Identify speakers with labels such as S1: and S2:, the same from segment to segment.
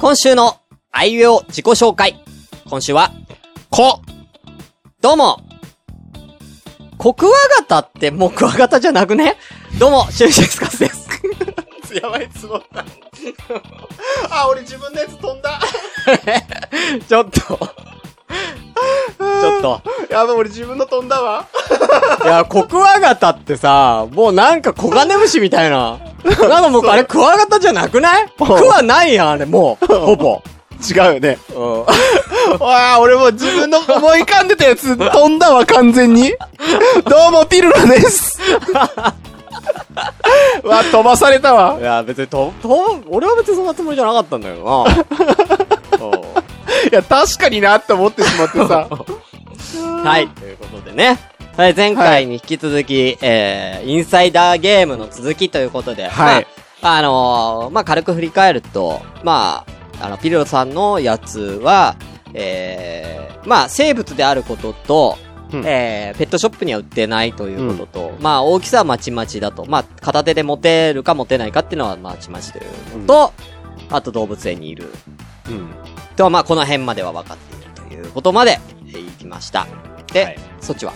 S1: 今週の、あいうえお自己紹介。今週は、
S2: こ
S1: どうもコクワガタってもうクワガタじゃなくねどうも、シュンシュスカスです。
S2: やばい、つぼった。あ、俺自分のやつ飛んだ。
S1: ちょっと。ちょっと。
S2: やばい、俺自分の飛んだわ。
S1: いや、コクワガタってさ、もうなんかコガネムシみたいな。なんかもう あれクワガタじゃなくないクワないやん、あれもう。ほぼ。
S2: 違うよね。
S1: うん。
S2: わあ、俺もう自分の思い浮かんでたやつ飛んだわ、完全に。どうも、ピルロです。わ、飛ばされたわ
S1: い。や、別にと、と、俺は別にそんなつもりじゃなかったんだけどな。
S2: いや、確かになって思ってしまってさ。
S1: はい、ということでね。はい、前回に引き続き、えー、インサイダーゲームの続きということで、
S2: はい
S1: まあ、あのーまあ、軽く振り返ると、まあ、あの、ピルロさんのやつは、えー、まあ、生物であることと、
S2: うん
S1: えー、ペットショップには売ってないということと、まあ、大きさはまちまちだと、まあ、片手で持てるか持てないかっていうのはまちまちというのと、あと動物園にいる
S2: うん。
S1: とはまあこの辺までは分かっているということまで、えー、いきました。で、
S2: はい
S1: そっちは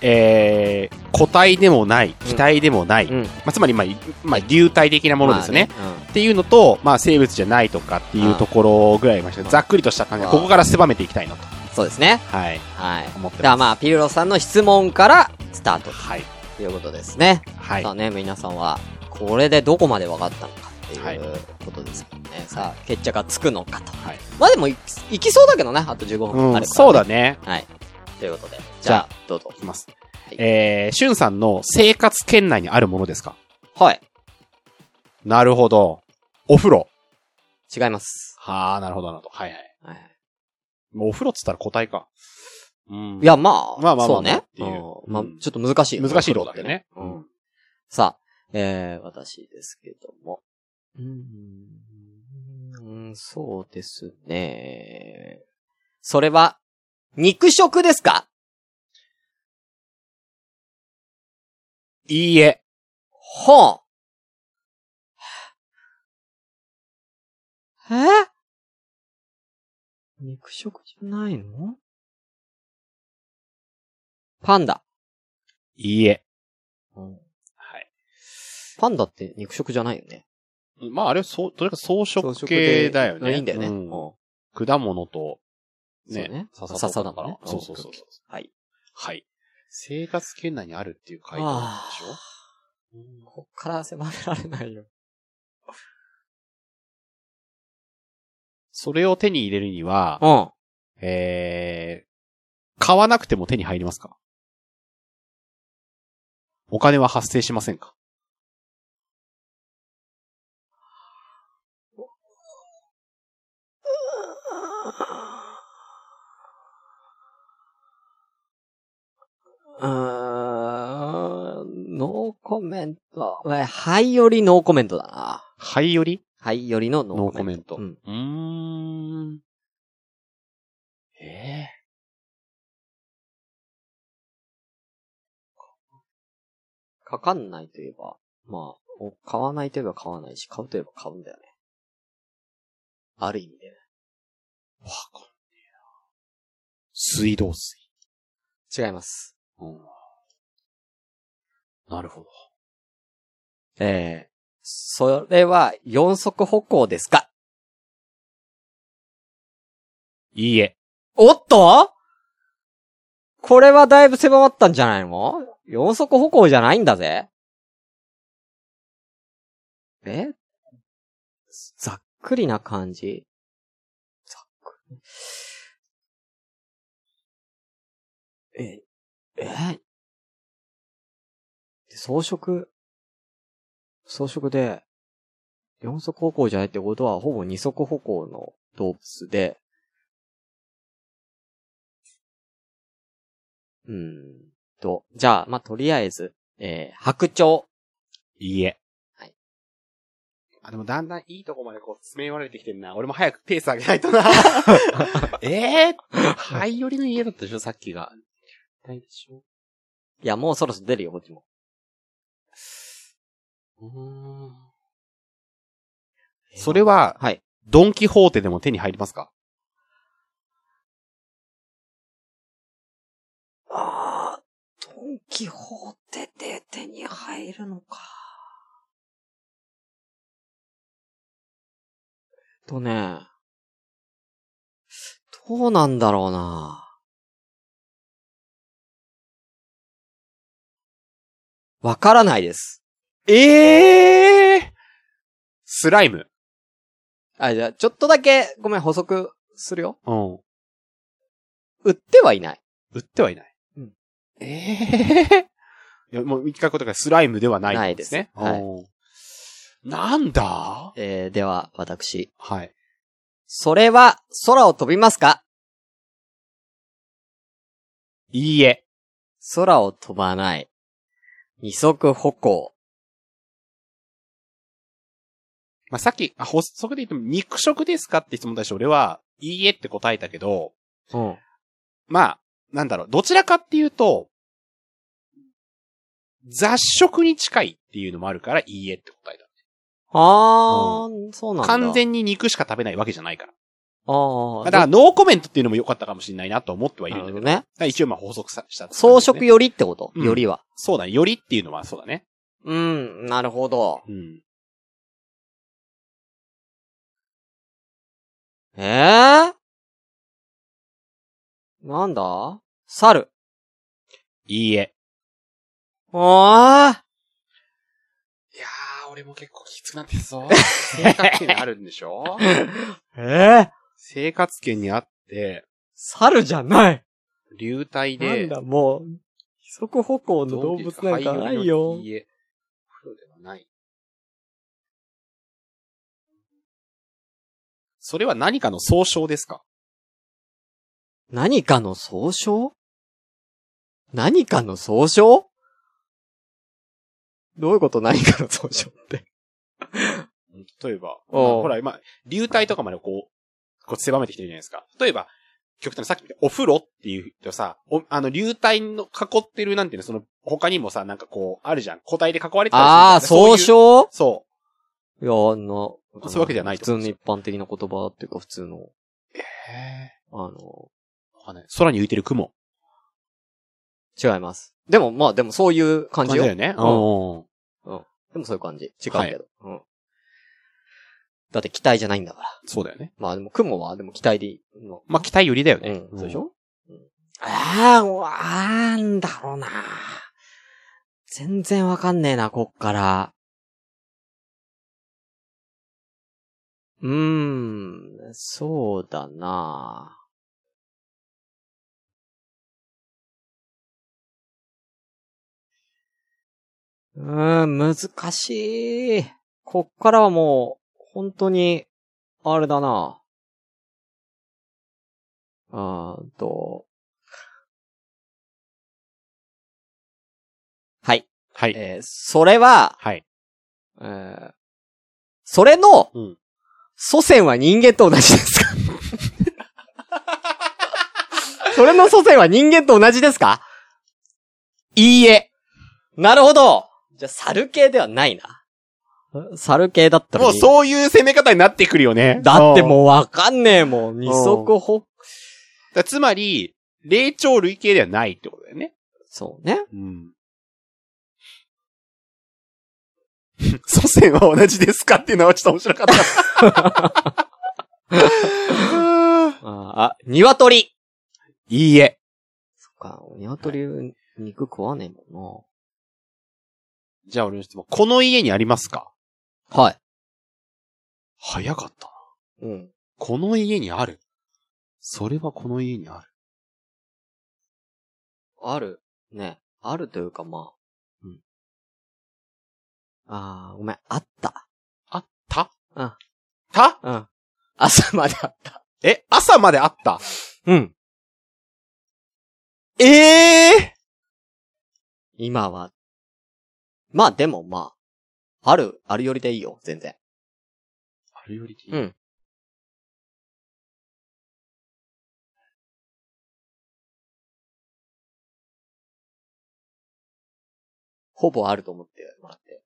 S2: えー、個体でもない、
S1: ん
S2: 気体でもない。
S1: うん
S2: まあ、つまり、まあ、いまあ、流体的なものですね。
S1: まあね
S2: っていうのと、まあ、生物じゃないとかっていうところぐらいましたざっくりとした感じで、
S1: うん
S2: ここから狭めていきたいなと。
S1: うんそうですね。
S2: はい。
S1: はい。
S2: 思ってます
S1: だからまあ、ピルロさんの質問からスタート
S2: はい。
S1: ということですね。
S2: はい
S1: さあ。ね、皆さんは、これでどこまで分かったのかって
S2: はいいう
S1: ことですけどね。さあ、決着がつくのかと。
S2: はい。
S1: まあでもい、いきそうだけどね。あと15分あるから、
S2: う
S1: ね
S2: ん、そうだ。ね。
S1: はい。ということで、じ
S2: じ
S1: ゃ
S2: ゃ
S1: あ
S2: あ、
S1: どうぞ
S2: い。きます。
S1: はい
S2: えー、しゅんさんの生活圏内にあるものですか
S1: はい。
S2: なるほど。お風呂。
S1: 違います。
S2: はあ、なるほど、なるほど。はいはい。
S1: はい
S2: もうお風呂っつったら個体か。うん。
S1: いや、まあ、
S2: まあまあまあ
S1: そうね。
S2: っていう
S1: うんまあ
S2: うん、
S1: ちょっと難しい。
S2: 難しいとこだけどね。
S1: う
S2: うんん。
S1: さあ、えー、私ですけども。うーん、そうですね。それは、肉食ですか
S2: いいえ。
S1: ほん。え肉食じゃないのパンダ。
S2: いいえ。
S1: はい。パンダって肉食じゃないよね。
S2: まあ、あれ、そう、とにかく草
S1: 草
S2: 食
S1: 食で
S2: 系だよね。
S1: いいんだよね。
S2: うん
S1: うん
S2: 果物と、
S1: そうね
S2: ね。
S1: 笹だ
S2: と
S1: からね
S2: そうそうそうそう。
S1: はい。
S2: はい。生活圏内にあるっていう回答
S1: あ
S2: でしょ
S1: あ。こっから迫られないよ。
S2: それを手に入れるには、
S1: うん。
S2: えー、買わなくても手に入りますかお金は発生しませんか
S1: うーん、ノーコメント。えはいよりノーコメントだな。
S2: はいより
S1: はいよりのノ
S2: ノ
S1: ーコ
S2: ーコ
S1: メ
S2: メ
S1: ン
S2: ン
S1: ト。
S2: ト。
S1: う
S2: うんーん。え
S1: かかんないといえば、まあ、お買わないといえば買わないし、買うといえば買うんだよね。ある意味でね。
S2: ー、わかんねえな。水道水。
S1: 違います。
S2: うん。なるほど。
S1: ええそれは、四足歩行ですか
S2: いいえ。
S1: おっとこれはだいぶ狭まったんじゃないの四足歩行じゃないんだぜ。えざっくりな感じざっくり。え、え装飾装飾で、四足歩行じゃないってことは、ほぼ二足歩行の動物で、うーんと、じゃあ、まあ、とりあえず、えー、白鳥。
S2: いいえ。
S1: はい。
S2: あ、でもだんだんいいとこまでこう詰め寄られてきてるな。俺も早くペース上げないとな。 ええ はいよりの家だったでしょ、さっきが。ないでしょ。
S1: いや、もうそろそろ出るよ、こっちも。
S2: それは、
S1: はい。
S2: ドンキホーテでも手に入りますか
S1: ああ、ドンキホーテで手に入るのか。えっとね、どうなんだろうな。わからないです。
S2: ええー、スライム。
S1: あ、じゃあ、ちょっとだけ、ごめん、補足するよ。
S2: うん。
S1: 売ってはいない。
S2: 売ってはいない。
S1: うん。
S2: ええー。いや、もう一回答えがスライムではない
S1: ない
S2: んで
S1: です
S2: すね。
S1: はい
S2: うんなんだ
S1: えー、では、私。
S2: はい。
S1: それは、空を飛びますか
S2: いいえ。
S1: 空を飛ばない。二足歩行。
S2: まあ、さっき、あ、補足で言っても、肉食ですかって質問に対して俺は、いいえって答えたけど、
S1: うん。
S2: まあ、なんだろう、どちらかっていうと、雑食に近いっていうのもあるから、いいえって答え
S1: あー、そうな
S2: た。
S1: んだ。
S2: 完全に肉しか食べないわけじゃないから。
S1: あ
S2: ま
S1: あ。
S2: あだから、ノーコメントっていうのも良かったかもしれないなと思ってはい
S1: な
S2: るん
S1: るほ
S2: だけど、
S1: ど
S2: だか
S1: ね。
S2: ら一応まあ、補足さした、
S1: 装飾。よりってこと、
S2: うん
S1: よりは。
S2: そうだね。よりっていうのはそうだね。
S1: うん、なるほど。
S2: うん。
S1: えー、なんだ猿。
S2: いいえ。
S1: あ
S2: いやー、俺も結構きつくなってる ぞ。生活圏あるんでしょ
S1: ー。えー、
S2: 生活圏にあって、
S1: 猿じゃない
S2: 流体で、
S1: なんだ、もう、二足歩行の動物なんかないよ。
S2: え。プロではない。それは何かの総称ですか
S1: 何かの総称何かの総称どういうこと何かの総称って。
S2: 例えば、まあ
S1: おう
S2: ほら今、流体とかまでこう、こう狭めてきてるじゃないですか。例えば、極端にさっきみたいにお風呂っていうとさ、おあの、流体の囲ってるなんていうの、その、他にもさ、なんかこう、あるじゃん。個体で囲われてたりする
S1: ああ、総
S2: ういう
S1: 称
S2: そ
S1: いや、あんな。
S2: そういうわけじゃない
S1: 普通の一般的な言葉っていうか、普通の、
S2: う。へ
S1: あの、
S2: ーわかんない空に浮いてる雲。
S1: 違います。でも、まあ、でもそういう感じよ。
S2: だよね。
S1: うん
S2: おー
S1: でもそういう感じ。違うけど。うん。だって機体じゃないんだから。
S2: そうだよね。
S1: まあでも雲は、でも機体でいいの。
S2: まあ、期待よりだよ
S1: う
S2: ね
S1: ん。。そうでしょ、うんああ、もうあーんだろうな。全然わかんねえな、こっから。うーん、そうだな。うーん、難しい。こっからはもう、本当に、あれだな。あーんと。はい。
S2: はい。
S1: えーそれは、
S2: はい。
S1: えーそれの
S2: うん、
S1: 祖先は人間と同じですか それの祖先は人間と同じですかいいえ。なるほど。じゃあ、猿系ではないな。猿系だったら
S2: もう
S1: 人間
S2: そういう攻め方になってくるよね。
S1: だって
S2: うん
S1: もうわかんねえもん。二足歩、
S2: だつまり、霊長類系ではないってことだよね。
S1: そうね。
S2: うん。 祖先は同じですかっていうのはちょっと面白かった。
S1: あ、あ鶏
S2: いいえ。
S1: そっか、鶏、肉食わねえも
S2: じゃあ俺の質問。この家にありますか
S1: んな。はい。
S2: 早かったな。
S1: うん。
S2: この家にある。それはこの家にある。
S1: ある。ね。あるというかまあ。うん。あー、ごめん。あった。
S2: あった
S1: うん。
S2: た
S1: うん。朝まであった。
S2: え、朝まであった。
S1: うん。
S2: ええ
S1: 今は。まあでもまあ。ある、あるよりでいいよ。全然。
S2: あるよりでいい
S1: うんほぼあると思ってもらって。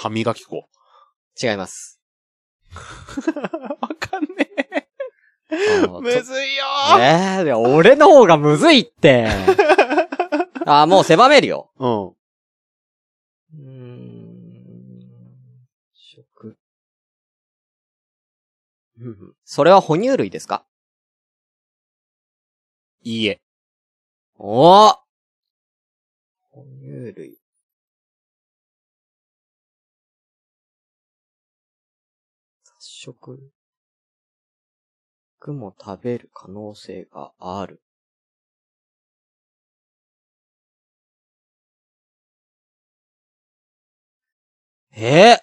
S2: 歯磨き粉。
S1: 違います。
S2: わかんねえ。
S1: あの
S2: むずいよー
S1: ええで俺の方がむずい って。あー、もう狭めるよ。
S2: うん。
S1: うーん。食。うんそれは哺乳類ですか
S2: いいえ。
S1: おお哺乳類。雑食。肉も食べる可能性がある。え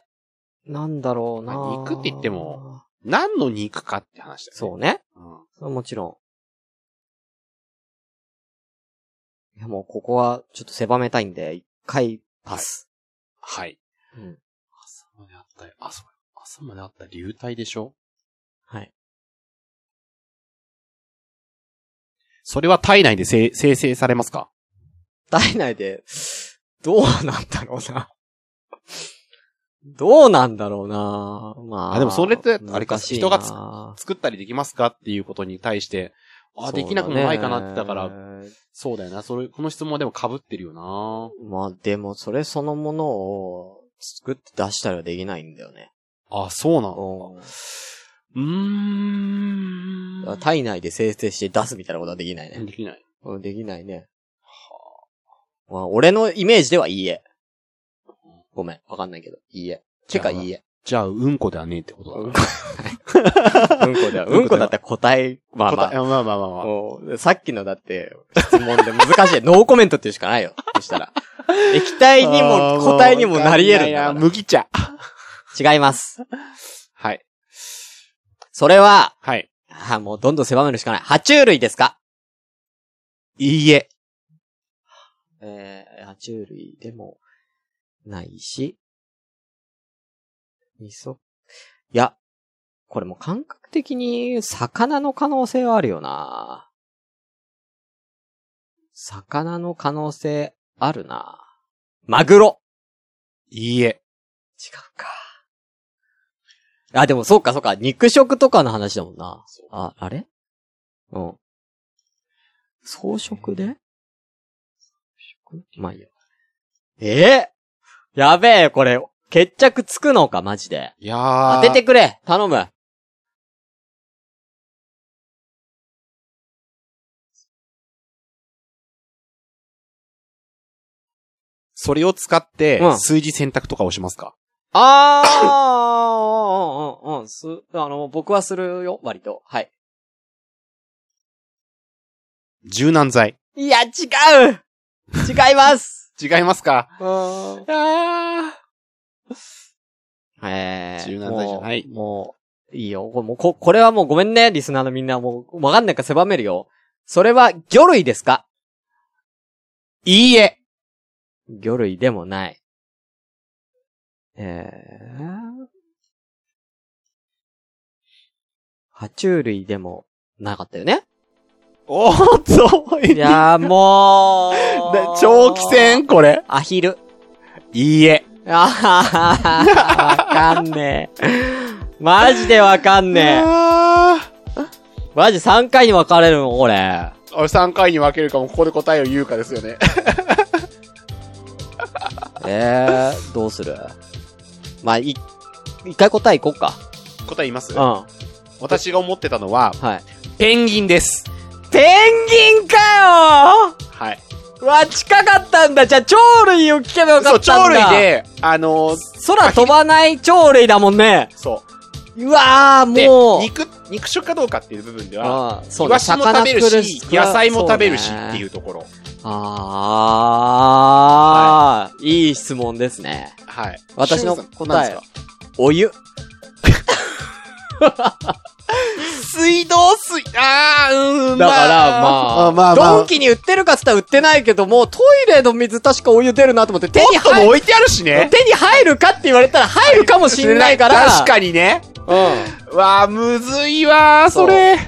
S1: ー、なんだろうな、
S2: まあ肉って言っても。何の肉かって話だよ、ね。
S1: そうね。
S2: う。ん。
S1: それはもちろん。いやもうここはちょっと狭めたいんで、一回パス。
S2: はい。
S1: うん。
S2: 朝まであったよ。あ、そう。朝まであった流体でしょ
S1: はい。
S2: それは体内で生生成されますか
S1: 体内で、どうなんだろうな。どうなんだろうなまあ。
S2: あでもそれってあれか
S1: 難しい
S2: 人がつ
S1: な
S2: 作ったりできますかっていうことに対して、あ、できなくもないかなってだから、。そうだよな。それ、この質問はでも被ってるよな
S1: まあでもそれそのものを作って出したらできないんだよね。
S2: あ、そうなの
S1: う
S2: うー
S1: ん。
S2: ん
S1: だから。体内で生成して出すみたいなことはできないね。
S2: できない。
S1: うん、できないね。まあ、俺のイメージではいいえ。ごめん、わかんないけど、いいえ。てか
S2: じゃあ
S1: いいえ。
S2: じゃあ、うんこではねえってことだ
S1: うん
S2: な
S1: こ。うんこだ。 うんこだって答え、まあま
S2: 答え
S1: あ。
S2: まあまあまあまあ。
S1: うんさっきのだって、質問で難しい。ノーコメントっていうしかないよ。そしたら。液体にも答えにもなり得るんだ
S2: や
S1: か
S2: 麦茶。
S1: ら。違います。
S2: はい。
S1: それは、
S2: はい。
S1: あーもうどんどん狭めるしかない。爬虫類ですか
S2: いいえ。
S1: えー、爬虫類でも、ないし、みそ、いや、これもう感覚的に魚の可能性はあるよな魚の可能性あるなマグロ
S2: いいえ。
S1: 違うか。あ、でもそうかそうか、肉食とかの話だもんな。あ、あれうん。草食で草食まあいいや。えー、やべえ、これ、決着つくのか、マジで。
S2: いやー
S1: 当ててくれ頼む
S2: それを使って
S1: う、ん
S2: 数字選択とかをしますか、
S1: あー、うんうんうん、す、あの、僕はするよ、割と。はい。
S2: 柔軟剤。
S1: いや、違う違います
S2: 違いますか
S1: うん
S2: あ
S1: ええ
S2: 柔軟剤じゃない
S1: もう、もういいよ。これもうこ、これはもうごめんね、リスナーのみんな。もう、わかんないから狭めるよ。それは、魚類ですか
S2: いいえ。
S1: 魚類でもない。えー。爬虫類でも、なかった よね。
S2: おーっと、
S1: いやーもう。
S2: 長期戦これ。
S1: アヒル。
S2: いいえ。
S1: あははは、わかんねえ。マジでわかんねえ。
S2: あ
S1: マジ3回に分かれるのこれ。
S2: ー俺3回に分けるかも、ここで答えを言うかですよね。
S1: えー、どうするまあ、い、一回答えいこっか。
S2: 答え言います
S1: うん。は
S2: 私が思ってたのは、
S1: い。
S2: ペンギンです。
S1: ペンギンかよ
S2: はい。
S1: うわ、近かったんだ。じゃあ、鳥類を聞けばよか
S2: そう、
S1: ったん
S2: 鳥
S1: だ。
S2: 類。で、あのー
S1: 空飛ばない鳥類だもんね。
S2: そう
S1: わー、
S2: う。で
S1: もう。、
S2: 肉、肉食かどうかっていう部分では、
S1: あそ
S2: イ
S1: うね
S2: ワシも食べる
S1: 魚
S2: し、
S1: 来
S2: 野菜も食べるし
S1: そうね
S2: っていうところ。
S1: あー、い、い質問ですね。
S2: はい。
S1: 私の
S2: シュンさん
S1: 答え
S2: 何ですか
S1: お 湯。
S2: 水道水、あー、うん。
S1: だから、まあ、
S2: まあ、
S1: ドンキに売ってるかっつったら売ってないけども、トイレの水確かお湯出るなと思って、手に
S2: ポットも
S1: 入る、
S2: 置いてあるしね。
S1: 手に入るかって言われたら入るかもしれないから。
S2: 確かにね。
S1: う
S2: わあ、むずいわー、
S1: そう
S2: それ。
S1: ん。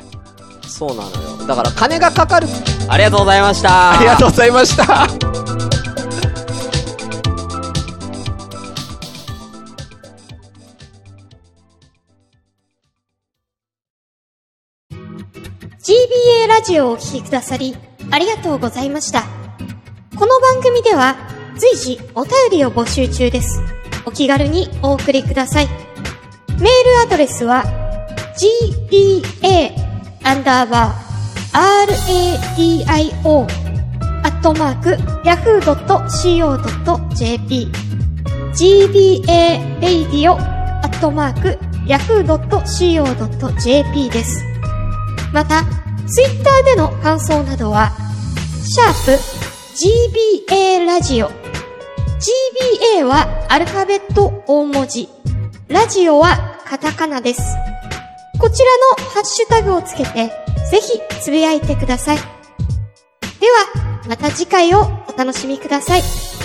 S1: そうなのよ。だから金がかかる。ありがとうございました。
S2: ありがとうございました。
S3: GBA ラジオをお聴きくださり、ありがとうございました。この番組では、随時お便りを募集中です。お気軽にお送りください。メールアドレスは、gba, アンダーバー、radio, アットマーク、yahoo.co.jp gba.radio.yahoo.co.jp です。また、ツイッターでの感想などは、シャープ gba ラジオ。gba はアルファベット大文字。ラジオはカタカナです。こちらのハッシュタグをつけて、ぜひつぶやいてください。では、また次回をお楽しみください。